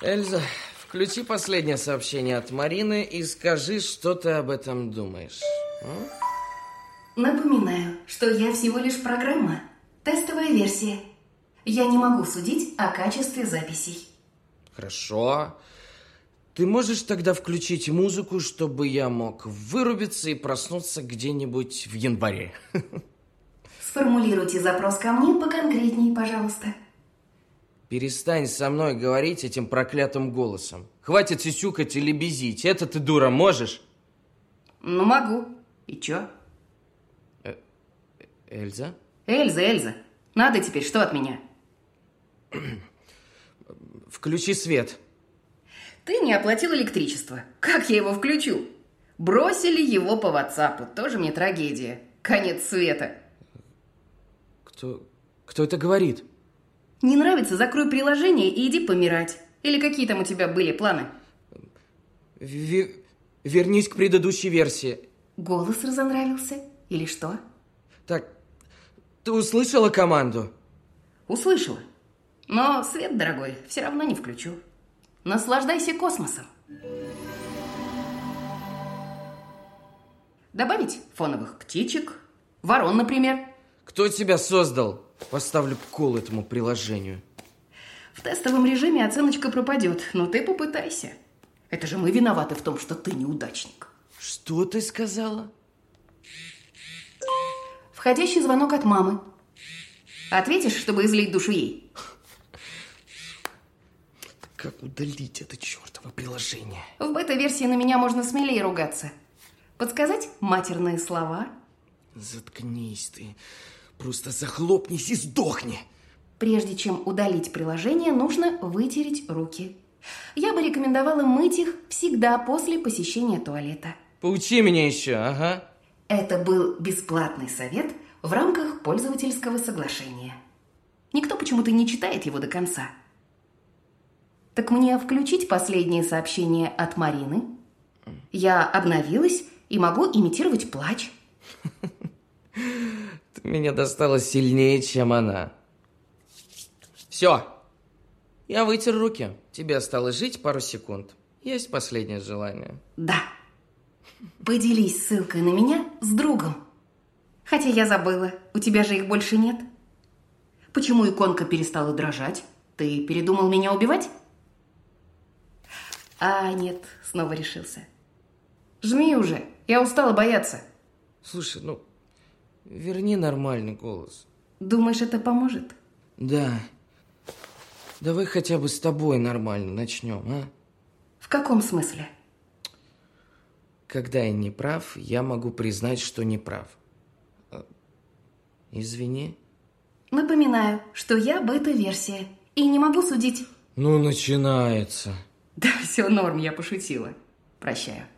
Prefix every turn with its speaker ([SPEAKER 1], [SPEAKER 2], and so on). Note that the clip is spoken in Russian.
[SPEAKER 1] Эльза, включи последнее сообщение от Марины и скажи, что ты об этом думаешь. М?
[SPEAKER 2] Напоминаю, что я всего лишь программа, тестовая версия. Я не могу судить о качестве записей.
[SPEAKER 1] Хорошо. Ты можешь тогда включить музыку, чтобы я мог вырубиться и проснуться где-нибудь в январе?
[SPEAKER 2] Сформулируйте запрос ко мне поконкретней, пожалуйста.
[SPEAKER 1] Перестань со мной говорить этим проклятым голосом. Хватит сисюкать и лебезить. Это ты, дура, можешь?
[SPEAKER 2] Ну, могу. И чё?
[SPEAKER 1] Эльза?
[SPEAKER 2] Эльза, Эльза, надо теперь что от меня?
[SPEAKER 1] Включи свет.
[SPEAKER 2] Ты не оплатил электричество. Как я его включу? Бросили его по ватсапу. Тоже мне трагедия. Конец света.
[SPEAKER 1] Кто, кто это говорит?
[SPEAKER 2] Не нравится, закрой приложение и иди помирать. Или какие там у тебя были планы?
[SPEAKER 1] Ве- вернись к предыдущей версии.
[SPEAKER 2] Голос разонравился? Или что?
[SPEAKER 1] Так, ты услышала команду?
[SPEAKER 2] Услышала. Но свет, дорогой, все равно не включу. Наслаждайся космосом. Добавить фоновых птичек, ворон, например.
[SPEAKER 1] Кто тебя создал? Поставлю пкол этому приложению.
[SPEAKER 2] В тестовом режиме оценочка пропадет, но ты попытайся. Это же мы виноваты в том, что ты неудачник.
[SPEAKER 1] Что ты сказала?
[SPEAKER 2] Входящий звонок от мамы. Ответишь, чтобы излить душу ей?
[SPEAKER 1] Как удалить это чертово приложение?
[SPEAKER 2] В бета-версии на меня можно смелее ругаться. Подсказать матерные слова?
[SPEAKER 1] Заткнись ты. Просто захлопнись и сдохни.
[SPEAKER 2] Прежде чем удалить приложение, нужно вытереть руки. Я бы рекомендовала мыть их всегда после посещения туалета.
[SPEAKER 1] Поучи меня еще, ага.
[SPEAKER 2] Это был бесплатный совет в рамках пользовательского соглашения. Никто почему-то не читает его до конца. Так мне включить последнее сообщение от Марины? Я обновилась и могу имитировать плач.
[SPEAKER 1] Ты меня достала сильнее, чем она. Все. Я вытер руки. Тебе осталось жить пару секунд. Есть последнее желание.
[SPEAKER 2] Да. Поделись ссылкой на меня с другом. Хотя я забыла, у тебя же их больше нет. Почему иконка перестала дрожать? Ты передумал меня убивать? А, нет, снова решился. Жми уже, я устала бояться.
[SPEAKER 1] Слушай, ну, верни нормальный голос.
[SPEAKER 2] Думаешь, это поможет?
[SPEAKER 1] Да. Давай хотя бы с тобой нормально начнем, а?
[SPEAKER 2] В каком смысле?
[SPEAKER 1] Когда я не прав, я могу признать, что не прав. Э, Извини.
[SPEAKER 2] Напоминаю, что я бета-версия и не могу судить.
[SPEAKER 1] Ну, начинается.
[SPEAKER 2] Да все норм, я пошутила. Прощаю.